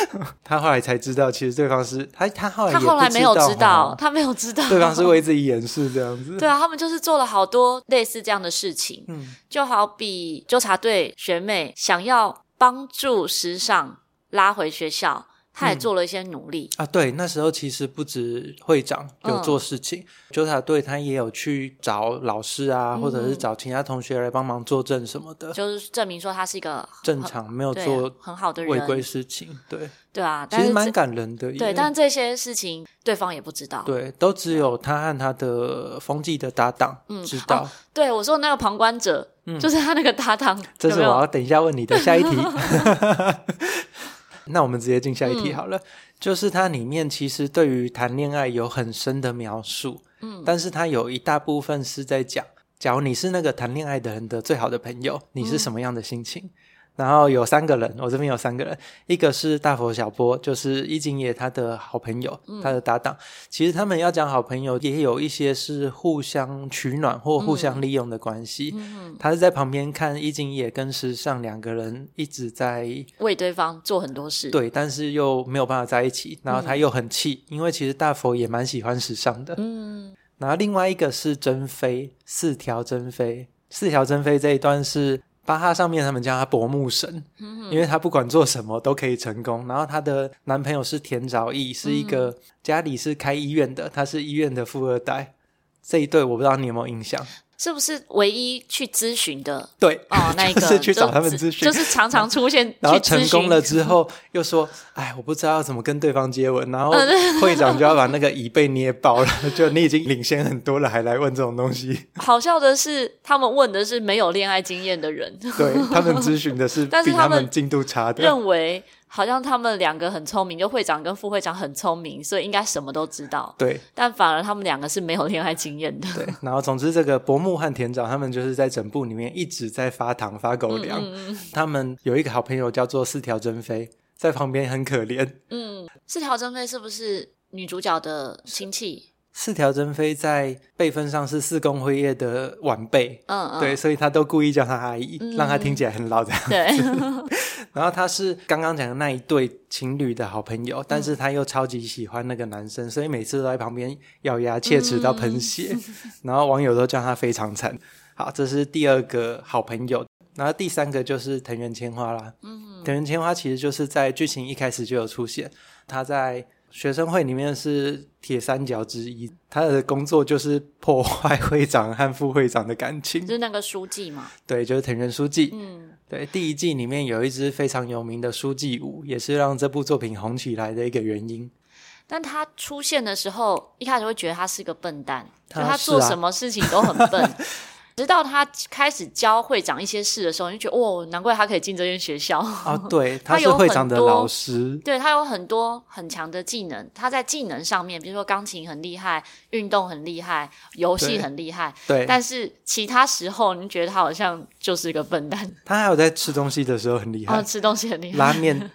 Speaker 3: [laughs] 他后来才知道，其实对方是他，他后来也
Speaker 4: 她后来
Speaker 3: 不
Speaker 4: 没有
Speaker 3: 知
Speaker 4: 知道，
Speaker 3: 哦
Speaker 4: 她没有知
Speaker 3: [laughs]
Speaker 4: 道，
Speaker 3: 对方是为自己掩饰这样子。
Speaker 4: [laughs] 对啊，他们就是做了好多类似这样的事情，
Speaker 3: 嗯，
Speaker 4: 就好比纠察队学妹想要帮助时尚拉回学校，她也
Speaker 3: 嗯
Speaker 4: 做了一些努力。
Speaker 3: 啊，对，那时候其实不止会长
Speaker 4: 嗯
Speaker 3: 有做事情，纠察队他也有去找老师啊，或者是
Speaker 4: 嗯
Speaker 3: 找其他同学来帮忙作证什么的，
Speaker 4: 就是证明说她是一个
Speaker 3: 正常没有
Speaker 4: 对
Speaker 3: 做
Speaker 4: 很好的
Speaker 3: 违规
Speaker 4: 人，
Speaker 3: 事情，对，
Speaker 4: 对啊，
Speaker 3: 其
Speaker 4: 但
Speaker 3: 实
Speaker 4: 是
Speaker 3: 蛮
Speaker 4: 这
Speaker 3: 感人的耶。
Speaker 4: 对，但这些事情对方也不知道。
Speaker 3: 对，都只有他和他的风纪的搭档
Speaker 4: 嗯
Speaker 3: 知道。
Speaker 4: 对，我说那个旁观者，就是他那个搭档，
Speaker 3: 嗯这
Speaker 4: 有
Speaker 3: 是
Speaker 4: 没
Speaker 3: 我
Speaker 4: 有
Speaker 3: 要等一下问你的下
Speaker 4: [laughs]
Speaker 3: 一题。那我们直接进下一
Speaker 4: 嗯
Speaker 3: 题好了，就是它里面其实对于谈恋爱有很深的描述，嗯，但是它有一大部分是在讲，假如你是那个谈恋爱的人的最好的朋
Speaker 4: 嗯
Speaker 3: 友，你是什么样的心情？然后有三个人，我这边有三个人，一个是大佛小波，就是伊景野他的好朋友，
Speaker 4: 嗯
Speaker 3: 他的搭档。其实他们要讲好朋友，也有一些是互相取暖或互
Speaker 4: 嗯
Speaker 3: 相利用的关系。他是在旁边看伊景野跟时尚两个人一直在
Speaker 4: 为对方做很多事。
Speaker 3: 对，但是嗯又没有办法在一起，然后他又很气，因为其实大佛也蛮喜欢时尚的。
Speaker 4: 嗯，
Speaker 3: 然后另外一个是珍妃，四条珍妃，四条珍妃这一段是巴哈上面他们叫她薄暮神，因为她不管做什么都可以成功。然后她的男朋友是田沼义，是一个家里是开医院的，他是医院的富二代。这一对我不知道你有没有印象？
Speaker 4: 是不是唯一去咨询的
Speaker 3: 对， [laughs]
Speaker 4: 哦，那一个
Speaker 3: 就是去找他们
Speaker 4: 就
Speaker 3: 咨询
Speaker 4: 就是常常出现
Speaker 3: [laughs] 然后
Speaker 4: 去咨
Speaker 3: 成
Speaker 4: 询
Speaker 3: 功了之后，又说：“哎，我不知道怎么跟对方接吻。”然后
Speaker 4: 哦
Speaker 3: 会长就要把那个椅背捏爆了， [laughs] 就你已经领先很多了，还来问这种东
Speaker 4: [laughs]
Speaker 3: 西。
Speaker 4: 好笑的是，他们问的是没有恋爱经验的人， [laughs]
Speaker 3: 对啊他们咨询的是
Speaker 4: 但是
Speaker 3: 比
Speaker 4: 他
Speaker 3: 他们
Speaker 4: 们
Speaker 3: 进度差的。
Speaker 4: 认为好像他们两个很聪明，就会长跟副会长很聪明，所以应该什么都知道。
Speaker 3: 对
Speaker 4: 但反而他们两个是没有恋爱经验的。
Speaker 3: 对，然后总之，这个薄木和田长他们就是在整部里面一直在发糖发狗粮。
Speaker 4: 嗯
Speaker 3: 他们有一个好朋友叫做四条真妃，在旁边很可怜。
Speaker 4: 嗯，四条真妃是不是女主角的亲戚？
Speaker 3: 四条真妃在辈分上是四宫辉夜的晚辈，
Speaker 4: 嗯嗯，
Speaker 3: 对，所以他都故意叫她阿姨，
Speaker 4: 嗯
Speaker 3: 让她听起来很老这样。[laughs]
Speaker 4: [laughs] 对
Speaker 3: 然后他是刚刚讲的那一对情侣的好朋友，但是他又超级喜欢那个男生，所以每次都在旁边咬牙切齿到喷血， [laughs] 然后网友都叫他非常惨。好，这是第二个好朋友，然后第三个就是藤原千花啦。嗯，藤原千花其实就是在剧情一开始就有出现，他在。学生会里面是铁三角之一，他的工作就是破坏会长和副会长的感情
Speaker 4: 就。是那个书记嘛。
Speaker 3: 对，就是藤原书记。
Speaker 4: 嗯，
Speaker 3: 对，第一季里面有一支非常有名的书记舞，也是让这部作品红起来的一个原因。
Speaker 4: 但他出现的时候，一开始会觉得他是个笨蛋，
Speaker 3: 他
Speaker 4: 就他
Speaker 3: 是
Speaker 4: 做
Speaker 3: 啊
Speaker 4: 什么事情都很笨。
Speaker 3: [laughs]
Speaker 4: 直到他开始教会长一些事的时候，你就觉得哦，难怪他可以进这间学校。
Speaker 3: 啊，对，他
Speaker 4: 他
Speaker 3: 是
Speaker 4: 有
Speaker 3: 会
Speaker 4: 很
Speaker 3: 长的
Speaker 4: 多
Speaker 3: 老师，
Speaker 4: [laughs] 对他有很多很强的技能，他在技能上面，比如说钢琴很厉害，运动很厉害，游戏
Speaker 3: 对
Speaker 4: 很厉害，
Speaker 3: 对，
Speaker 4: 但是其他时候你觉得他好像就是一个笨蛋，
Speaker 3: 他还有在吃东西的时候很厉
Speaker 4: 然后
Speaker 3: 害，
Speaker 4: 吃东西很厉害，
Speaker 3: 拉面。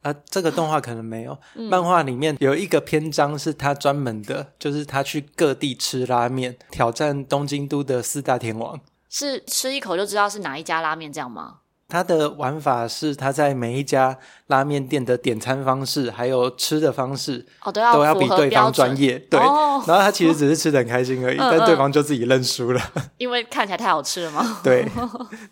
Speaker 3: 啊，这个动画可能没有，
Speaker 4: 嗯
Speaker 3: 漫画里面有一个篇章是他专门的，就是他去各地吃拉面，挑战东京都的四大天王。
Speaker 4: 是吃一口就知道是哪一家拉面这样吗？
Speaker 3: 他的玩法是他在每一家拉面店的点餐方式，还有吃的方式，
Speaker 4: 哦，都要
Speaker 3: 都要
Speaker 4: 符
Speaker 3: 比
Speaker 4: 合
Speaker 3: 对
Speaker 4: 标
Speaker 3: 方
Speaker 4: 准
Speaker 3: 专业。对，
Speaker 4: 哦
Speaker 3: 然后他其实只是吃的很开心而已，
Speaker 4: 嗯
Speaker 3: 但对方就自己认输了。
Speaker 4: 因为看起来太好吃了嘛。 [laughs]
Speaker 3: 对，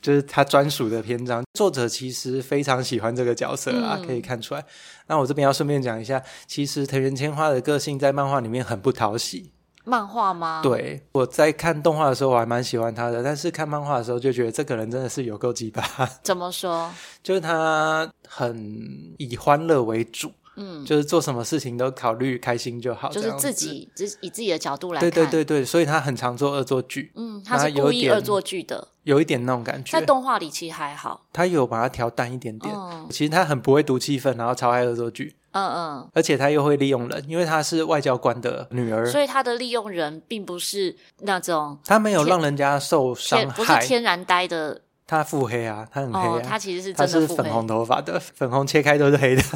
Speaker 3: 就是他专属的篇章。作者其实非常喜欢这个角色啊，
Speaker 4: 嗯
Speaker 3: 可以看出来。那我这边要顺便讲一下，其实藤原千花的个性在漫画里面很不讨喜。
Speaker 4: 漫画吗？，
Speaker 3: 对我在看动画的时候，我还蛮喜欢他的，但是看漫画的时候就觉得这个人真的是有够鸡巴， [laughs]
Speaker 4: 怎么说？
Speaker 3: 就是他很以欢乐为主。
Speaker 4: 嗯，
Speaker 3: 就是做什么事情都考虑开心就好，
Speaker 4: 就
Speaker 3: 这
Speaker 4: 是
Speaker 3: 样
Speaker 4: 自
Speaker 3: 子。
Speaker 4: 己自以自己的角度来
Speaker 3: 对
Speaker 4: 看，
Speaker 3: 对对对，所以他很常做恶作剧，
Speaker 4: 嗯，他
Speaker 3: 那
Speaker 4: 是
Speaker 3: 有
Speaker 4: 故意
Speaker 3: 点
Speaker 4: 恶作剧的，
Speaker 3: 有一点那种感觉
Speaker 4: 在。动画里其实还好。
Speaker 3: 他有把它调淡一点点。
Speaker 4: 嗯
Speaker 3: 其实他很不会读气氛，然后超爱恶作剧，
Speaker 4: 嗯
Speaker 3: 而且他又会利用人，因为他是外交官的女儿
Speaker 4: 嗯，，所以他的利用人并不是那种
Speaker 3: 他没有让人家受伤
Speaker 4: 天不是
Speaker 3: 害。
Speaker 4: 天然呆的
Speaker 3: 他腹黑啊，他很
Speaker 4: 哦
Speaker 3: 黑，啊，
Speaker 4: 他其实是
Speaker 3: 他
Speaker 4: 真
Speaker 3: 是
Speaker 4: 的腹
Speaker 3: 粉
Speaker 4: 黑
Speaker 3: 红，头发的， [laughs] 粉红切开都是黑的。 [laughs]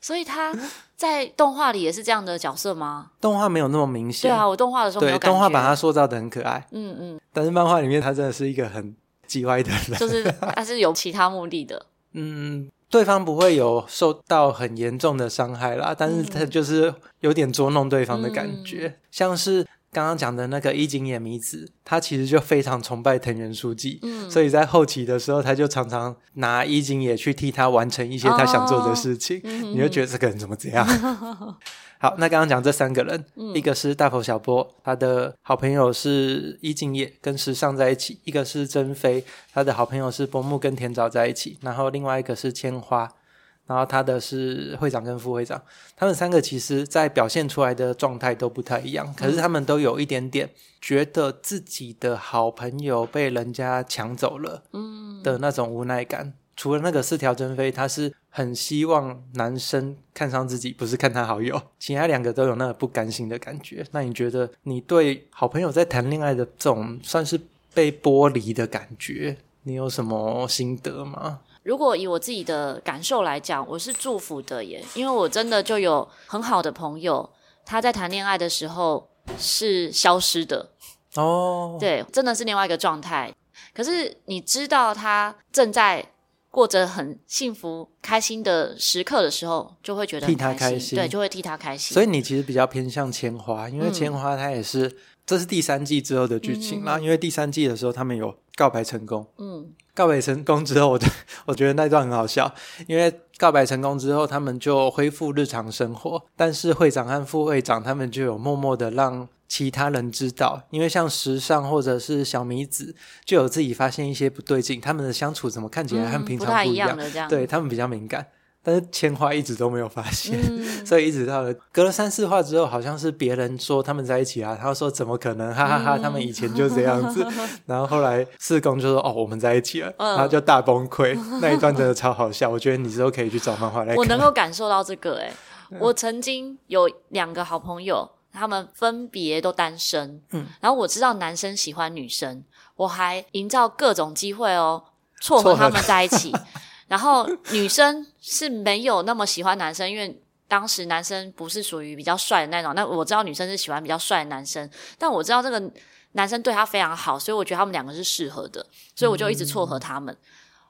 Speaker 4: 所以他在动画里也是这样的角色吗？
Speaker 3: 动画没有那么明显，
Speaker 4: 对啊，我动画的时候没
Speaker 3: 对，
Speaker 4: 有感觉。
Speaker 3: 动画把他塑造的很可爱，
Speaker 4: 嗯嗯，
Speaker 3: 但是漫画里面他真的是一个很叽歪的人。
Speaker 4: 就是他是有其他目的的，
Speaker 3: 嗯，对方不会有受到很严重的伤害啦，但是他就是有点捉弄对方的感觉，像是刚刚讲的那个伊井野弥子，她其实就非常崇拜藤原书记，
Speaker 4: 嗯
Speaker 3: 所以在后期的时候，他就常常拿伊井野去替他完成一些他想做的事情，
Speaker 4: 嗯
Speaker 3: 你就觉得这个人怎么这
Speaker 4: [laughs]
Speaker 3: 样？好，那刚刚讲这三个人，
Speaker 4: 嗯
Speaker 3: 一个是大佛小波，他的好朋友是伊敬业，跟时尚在一起；一个是真飞，他的好朋友是波木跟田沼在一起；然后另外一个是千花，然后他的是会长跟副会长。他们三个其实在表现出来的状态都不太一
Speaker 4: 嗯
Speaker 3: 样，可是他们都有一点点觉得自己的好朋友被人家抢走了，嗯的那种无奈感。除了那个四条真飞，他是很希望男生看上自己，不是看他好友。其他两个都有那个不甘心的感觉。那你觉得你对好朋友在谈恋爱的这种算是被剥离的感觉，你有什么心得吗？
Speaker 4: 如果以我自己的感受来讲，我是祝福的耶，因为我真的就有很好的朋友，他在谈恋爱的时候是消失的，
Speaker 3: 哦，
Speaker 4: 对，真的是另外一个状态。可是你知道他正在过着很幸福、开心的时刻的时候，就会觉得很
Speaker 3: 替他开心
Speaker 4: 心，对，就会替他开心。
Speaker 3: 所以
Speaker 4: 以
Speaker 3: 你其实比较偏向千花，因为
Speaker 4: 嗯
Speaker 3: 千花它也是、这是第三季之后的剧情啦。因为第三季的时候他们有告白成功，
Speaker 4: 嗯，
Speaker 3: 告白成功之后，我就我觉得 [laughs] 那段很好笑，因为告白成功之后他们就恢复日常生活，但是会长和副会长他们就有默默的让。其他人知道，因为像时尚或者是小米子，就有自己发现一些不对劲，他们的相处怎么看起来和
Speaker 4: 嗯
Speaker 3: 平
Speaker 4: 不
Speaker 3: 常
Speaker 4: 太
Speaker 3: 不
Speaker 4: 一
Speaker 3: 一样？
Speaker 4: 样的这样，
Speaker 3: 对他们比较敏感，但是千花一直都没有发现，[laughs]
Speaker 4: 嗯
Speaker 3: 所以一直到了隔了三四话之后，好像是别人说他们在一起啊，他说怎么可能，哈哈哈他们以前就这样子， [laughs] 然后后来四公就说哦我们在一起了，
Speaker 4: 嗯
Speaker 3: 然后就大崩溃，那一段真的超好笑，我觉得你之后可以去找漫画来
Speaker 4: 我
Speaker 3: 看，
Speaker 4: 能够感受到这个、 [laughs] 欸，我曾经有两个好朋友，他们分别都单身，
Speaker 3: 嗯
Speaker 4: 嗯，然后我知道男生喜欢女生，我还营造各种机会哦，撮
Speaker 3: 撮
Speaker 4: 合
Speaker 3: 合
Speaker 4: 他们在一起。然后女生是没有那么喜欢男生，因为当时男生不是属于比较帅的那种。那我知道女生是喜欢比较帅的男生，但我知道这个男生对她非常好，所以我觉得他们两个是适合的，所以我就一直撮合他们。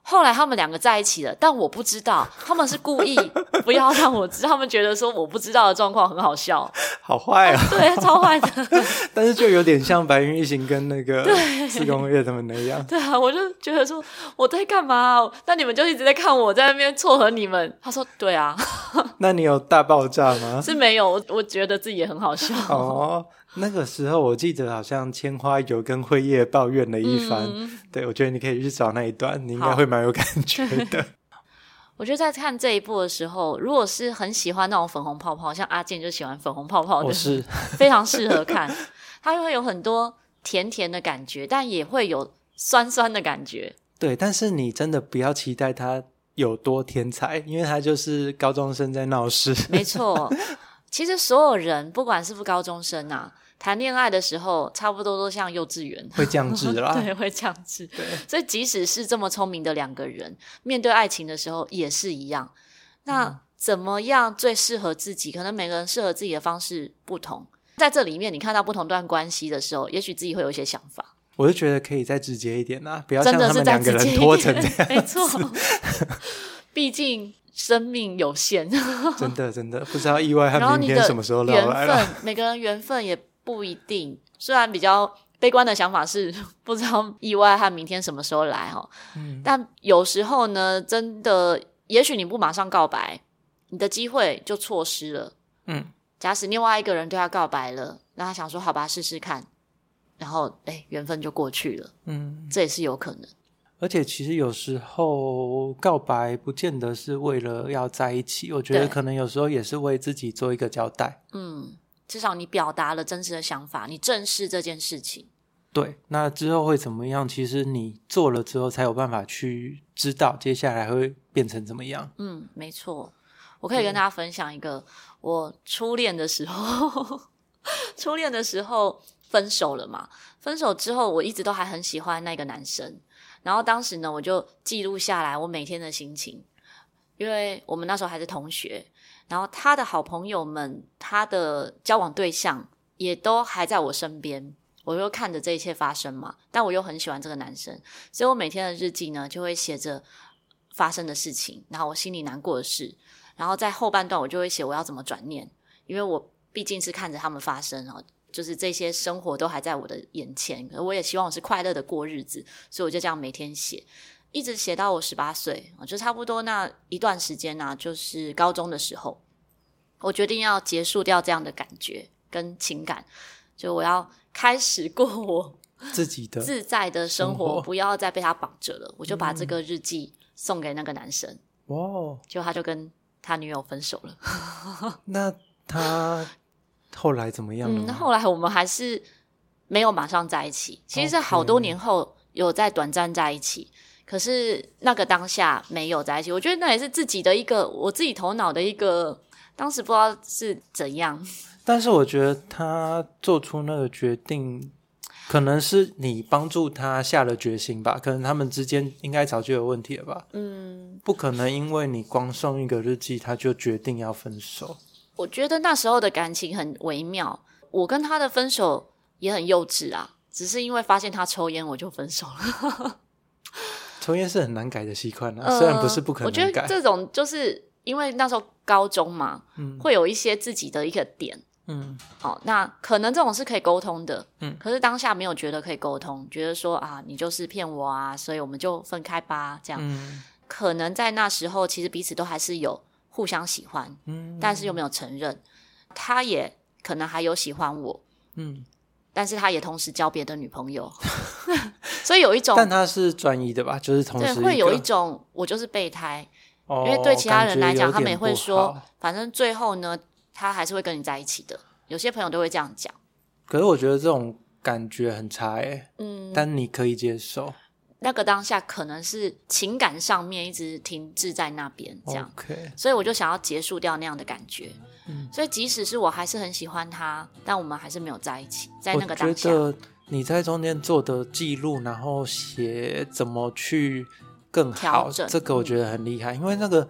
Speaker 4: 后来他们两个在一起了，但我不知道他们是故意不要让我知道，他们觉得说我不知道的状况很好笑，
Speaker 3: 好坏啊，
Speaker 4: 对，超坏的。
Speaker 3: [laughs] 但是就有点像白云一行跟那
Speaker 4: [laughs]
Speaker 3: 个四公月他们那样。
Speaker 4: 对啊，我就觉得说我在干嘛、啊那你们就一直在看我在那边撮合你们。他说对啊， [laughs]
Speaker 3: 那你有大爆炸吗？
Speaker 4: 是没有，我我觉得自己也很好笑。
Speaker 3: [laughs] 哦，那个时候我记得好像千花有跟辉夜抱怨了一番，对我觉得你可以去找那一段，你应该
Speaker 4: 好
Speaker 3: 会蛮有感觉的。
Speaker 4: [laughs] 我觉得在看这一部的时候，如果是很喜欢那种粉红泡泡，像阿健就喜欢粉红泡泡的，
Speaker 3: 我哦是
Speaker 4: 非常适合看。它会有很多甜甜的感觉，但也会有酸酸的感觉。
Speaker 3: 对，但是你真的不要期待他有多天才，因为他就是高中生在闹事。 [laughs]
Speaker 4: 没错，其实所有人不管是不是高中生啊，谈恋爱的时候差不多都像幼稚园，
Speaker 3: 会降智啦。
Speaker 4: [laughs] 对，会降智。所以即使是这么聪明的两个人，面对爱情的时候也是一样。
Speaker 3: 嗯
Speaker 4: 那怎么样最适合自己？可能每个人适合自己的方式不同。在这里面，你看到不同段关系的时候，也许自己会有一些想法。
Speaker 3: 我就觉得可以再直接一点啦、啊，不要像
Speaker 4: 真
Speaker 3: 他
Speaker 4: 的是
Speaker 3: 们
Speaker 4: 在
Speaker 3: 两个
Speaker 4: 直接
Speaker 3: 人
Speaker 4: 一
Speaker 3: 拖成这
Speaker 4: 点，
Speaker 3: 样。
Speaker 4: [laughs] 没错。毕竟生命
Speaker 3: [laughs]
Speaker 4: 有限，
Speaker 3: 真的真的不知道意外
Speaker 4: 然后
Speaker 3: 他明
Speaker 4: 你
Speaker 3: 天
Speaker 4: 的
Speaker 3: 什么时候
Speaker 4: 缘
Speaker 3: 到来了。
Speaker 4: 分，每个人缘分也不一定。虽然比较悲观的想法是 [laughs] 不知道意外和明天什么时候来哦，
Speaker 3: 嗯
Speaker 4: 但有时候呢，真的，也许你不马上告白，你的机会就错失了。
Speaker 3: 嗯，
Speaker 4: 假使另外一个人对他告白了，那他想说好吧，试试看，然后哎，缘分就过去了，
Speaker 3: 嗯，
Speaker 4: 这也是有可能。
Speaker 3: 而且其实有时候告白不见得是为了要在一起，我觉得
Speaker 4: 对
Speaker 3: 可能有时候也是为自己做一个交代。
Speaker 4: 嗯，至少你表达了真实的想法，你正视这件事情。
Speaker 3: 对，那之后会怎么样？其实你做了之后才有办法去知道接下来会变成怎么样。
Speaker 4: 嗯，没错。我可以跟大家分享一个我初恋的时候， [laughs] 初恋的时候分手了嘛。分手之后，我一直都还很喜欢那个男生。然后当时呢，我就记录下来我每天的心情，因为我们那时候还是同学。然后他的好朋友们，他的交往对象也都还在我身边，我又看着这一切发生嘛。但我又很喜欢这个男生，所以我每天的日记呢，就会写着发生的事情，然后我心里难过的事，然后在后半段我就会写我要怎么转念，因为我毕竟是看着他们发生哦，就是这些生活都还在我的眼前，我也希望我是快乐的过日子，所以我就这样每天写，一直写到我十八岁，哦就差不多那一段时间呢、就是高中的时候，我决定要结束掉这样的感觉跟情感，就我要开始过我
Speaker 3: 自己的
Speaker 4: 自在的生
Speaker 3: 生活嗯
Speaker 4: 活，不要再被他绑着了。我就把这个日记送给那个男生，
Speaker 3: 哦，
Speaker 4: 结果他就跟他女友分手了。
Speaker 3: 那
Speaker 4: [laughs]
Speaker 3: 他后来怎么样了
Speaker 4: 嗯，
Speaker 3: 吗？
Speaker 4: 那后来我们还是没有马上在一起，其实是好多年后有在短暂在一起。可是那个当下没有在一起，我觉得那也是自己的一个我自己头脑的一个，当时不知道是怎样，
Speaker 3: 但是我觉得他做出那个决定，可能是你帮助他下了决心吧。可能他们之间应该早就有问题了吧？
Speaker 4: 嗯，
Speaker 3: 不可能因为你光送一个日记，他就决定要分手。
Speaker 4: 我觉得那时候的感情很微妙，我跟他的分手也很幼稚啊，只是因为发现他抽烟，我就分手了。
Speaker 3: 抽烟是很难改的习惯啊，虽然不是不可
Speaker 4: 呃我觉
Speaker 3: 能
Speaker 4: 得
Speaker 3: 改。
Speaker 4: 这种就是因为那时候高中嘛，
Speaker 3: 嗯
Speaker 4: 会有一些自己的一个点。
Speaker 3: 嗯，
Speaker 4: 哦，那可能这种是可以沟通的，
Speaker 3: 嗯
Speaker 4: 可是当下没有觉得可以沟通，觉得说啊，你就是骗我啊，所以我们就分开吧，这样。
Speaker 3: 嗯
Speaker 4: 可能在那时候，其实彼此都还是有互相喜欢，
Speaker 3: 嗯
Speaker 4: 但是又没有承认。他也可能还有喜欢我，
Speaker 3: 嗯，
Speaker 4: 但是他也同时交别的女
Speaker 3: [laughs]
Speaker 4: 朋友，所以有一种
Speaker 3: 但他是专一的吧？就是同
Speaker 4: 对
Speaker 3: 时
Speaker 4: 会有
Speaker 3: 个
Speaker 4: 一种我就是备胎，
Speaker 3: 哦、
Speaker 4: 因为对其他人来
Speaker 3: 感
Speaker 4: 讲，
Speaker 3: 觉有点
Speaker 4: 他们也会
Speaker 3: 不
Speaker 4: 说
Speaker 3: 好，
Speaker 4: 反正最后呢，他还是会跟你在一起的。有些朋友都会这样讲，
Speaker 3: 可是我觉得这种感觉很差哎、
Speaker 4: 嗯，
Speaker 3: 但你可以接受。
Speaker 4: 那个当下可能是情感上面一直停滞在那边这样。
Speaker 3: OK，
Speaker 4: 所以我就想要结束掉那样的感觉，
Speaker 3: 嗯
Speaker 4: 所以即使是我还是很喜欢他，但我们还是没有在一起，在
Speaker 3: 我
Speaker 4: 那个当下
Speaker 3: 觉，得你在中间做的记录，然后写怎么去更好，
Speaker 4: 调整嗯
Speaker 3: 这个我觉得很厉害，因为那个。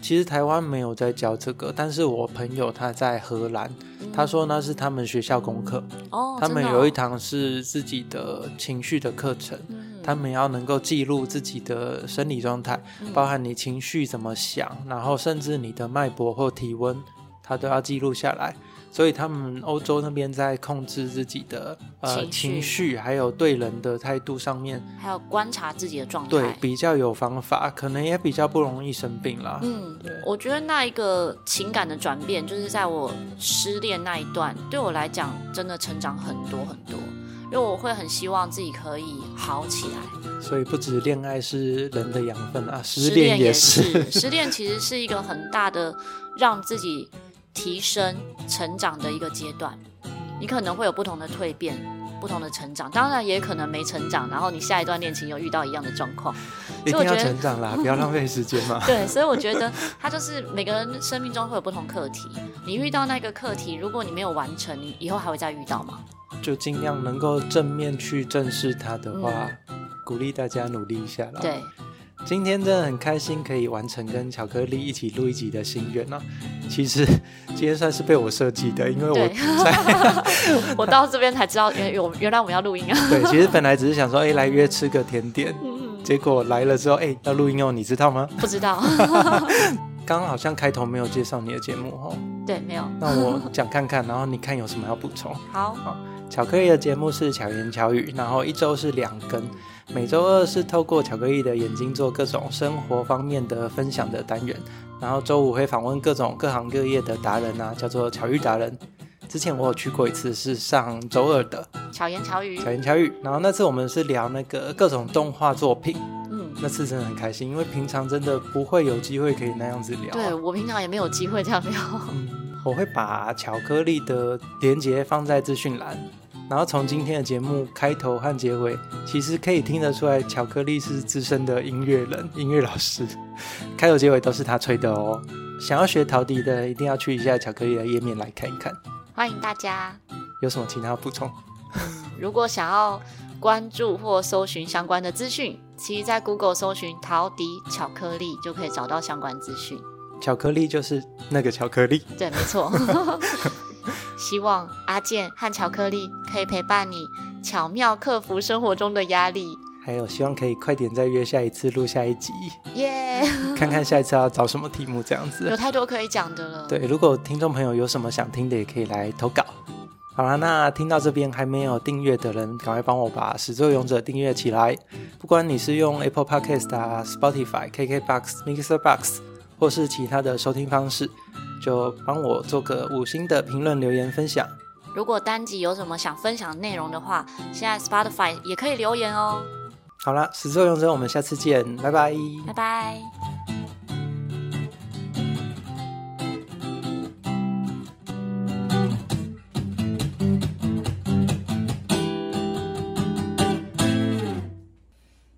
Speaker 3: 其实台湾没有在教这个，但是我朋友他在荷兰，他说那是他们学校功课，
Speaker 4: 嗯哦，
Speaker 3: 他们
Speaker 4: 真的哦
Speaker 3: 有一堂是自己的情绪的课程，
Speaker 4: 嗯
Speaker 3: 他们要能够记录自己的生理状态，
Speaker 4: 嗯
Speaker 3: 包含你情绪怎么想，然后甚至你的脉搏或体温，它都要记录下来。所以他们欧洲那边在控制自己的呃
Speaker 4: 情绪
Speaker 3: 情绪，还有对人的态度上面，
Speaker 4: 还有观察自己的状态，
Speaker 3: 对比较有方法，可能也比较不容易生病啦。
Speaker 4: 嗯
Speaker 3: 啊对，
Speaker 4: 我觉得那一个情感的转变，就是在我失恋那一段，对我来讲真的成长很多很多。因为我会很希望自己可以好起来。
Speaker 3: 所以不止恋爱是人的养分啊，失
Speaker 4: 失
Speaker 3: 恋
Speaker 4: 恋也
Speaker 3: 是。
Speaker 4: 失恋其实是一个很大的让自己提升成长的一个阶段，你可能会有不同的蜕变。不同的成长，当然也可能没成长，然后你下一段恋情又遇到一样的状况，
Speaker 3: 一
Speaker 4: 所以我
Speaker 3: 定要
Speaker 4: 觉得
Speaker 3: 成长
Speaker 4: [laughs]
Speaker 3: 啦，不要浪费时间嘛。
Speaker 4: 对，所以我觉得它就是每个人生命中会有不同课题。你遇到那个课题，如果你没有完成，你以后还会再遇到吗？
Speaker 3: 就尽量能够正面去正视它的话，鼓励大家努力一下啦。，
Speaker 4: 嗯对，
Speaker 3: 今天真的很开心可以完成跟巧克力一起录一集的心愿啊。其实今天算是被我设计的，因为我
Speaker 4: 对
Speaker 3: 在
Speaker 4: [laughs] 我到这边才知道，原原原来我们要录音啊。
Speaker 3: 对，其实本来只是想说，哎、来约吃个甜点，
Speaker 4: 嗯，
Speaker 3: 结果来了之后，哎、要录音哦，你知道吗？
Speaker 4: 不知道， [laughs]
Speaker 3: 刚刚好像开头没有介绍你的节目哦，
Speaker 4: 对，没有。
Speaker 3: 那我讲看看，然后你看有什么要补充。
Speaker 4: 好，
Speaker 3: 巧克力的节目是巧言巧语，然后一周是两更，每周二是透过巧克力的眼睛做各种生活方面的分享的单元，然后周五会访问各种各行各业的达人啊，叫做巧遇达人。之前我有去过一次，是上周二的
Speaker 4: 巧言巧语，
Speaker 3: 巧言巧语，然后那次我们是聊那个各种动画作品，
Speaker 4: 嗯，
Speaker 3: 那次真的很开心，因为平常真的不会有机会可以那样子聊、
Speaker 4: 对
Speaker 3: 啊。
Speaker 4: 我平常也没有 [laughs] 机会这样聊。
Speaker 3: 嗯，我会把巧克力的连接放在资讯栏，然后从今天的节目开头和结尾，其实可以听得出来，巧克力是资深的音乐人、音乐老师，开头结尾都是他吹的哦。想要学陶笛的，一定要去一下巧克力的页面来看一看。
Speaker 4: 欢迎大家，
Speaker 3: 有什么其他要补充？
Speaker 4: 如果想要关注或搜寻相关的资讯，其实在 Google 搜寻“陶迪巧克力”就可以找到相关资讯。
Speaker 3: 巧克力就是那个巧克力，
Speaker 4: 对，没错。 [laughs] 希望阿健和巧克力可以陪伴你，巧妙克服生活中的压力。
Speaker 3: 还有希望可以快点再约下一次录下一集，
Speaker 4: 耶、
Speaker 3: 看看下一次要找什么题目这样子。
Speaker 4: 有太多可以讲的了。
Speaker 3: 对，，如果听众朋友有什么想听的，也可以来投稿。好啦，那听到这边还没有订阅的人，赶快帮我把始作俑者订阅起来。不管你是用 Apple Podcast 啊、Spotify、KKBox、Mixer Box，或是其他的收听方式，就帮我做个五星的评论、留言、分享。
Speaker 4: 如果单集有什么想分享的内容的话，现在 Spotify 也可以留言哦。
Speaker 3: 好啦，始作俑者，我们下次见，拜拜。
Speaker 4: 拜拜。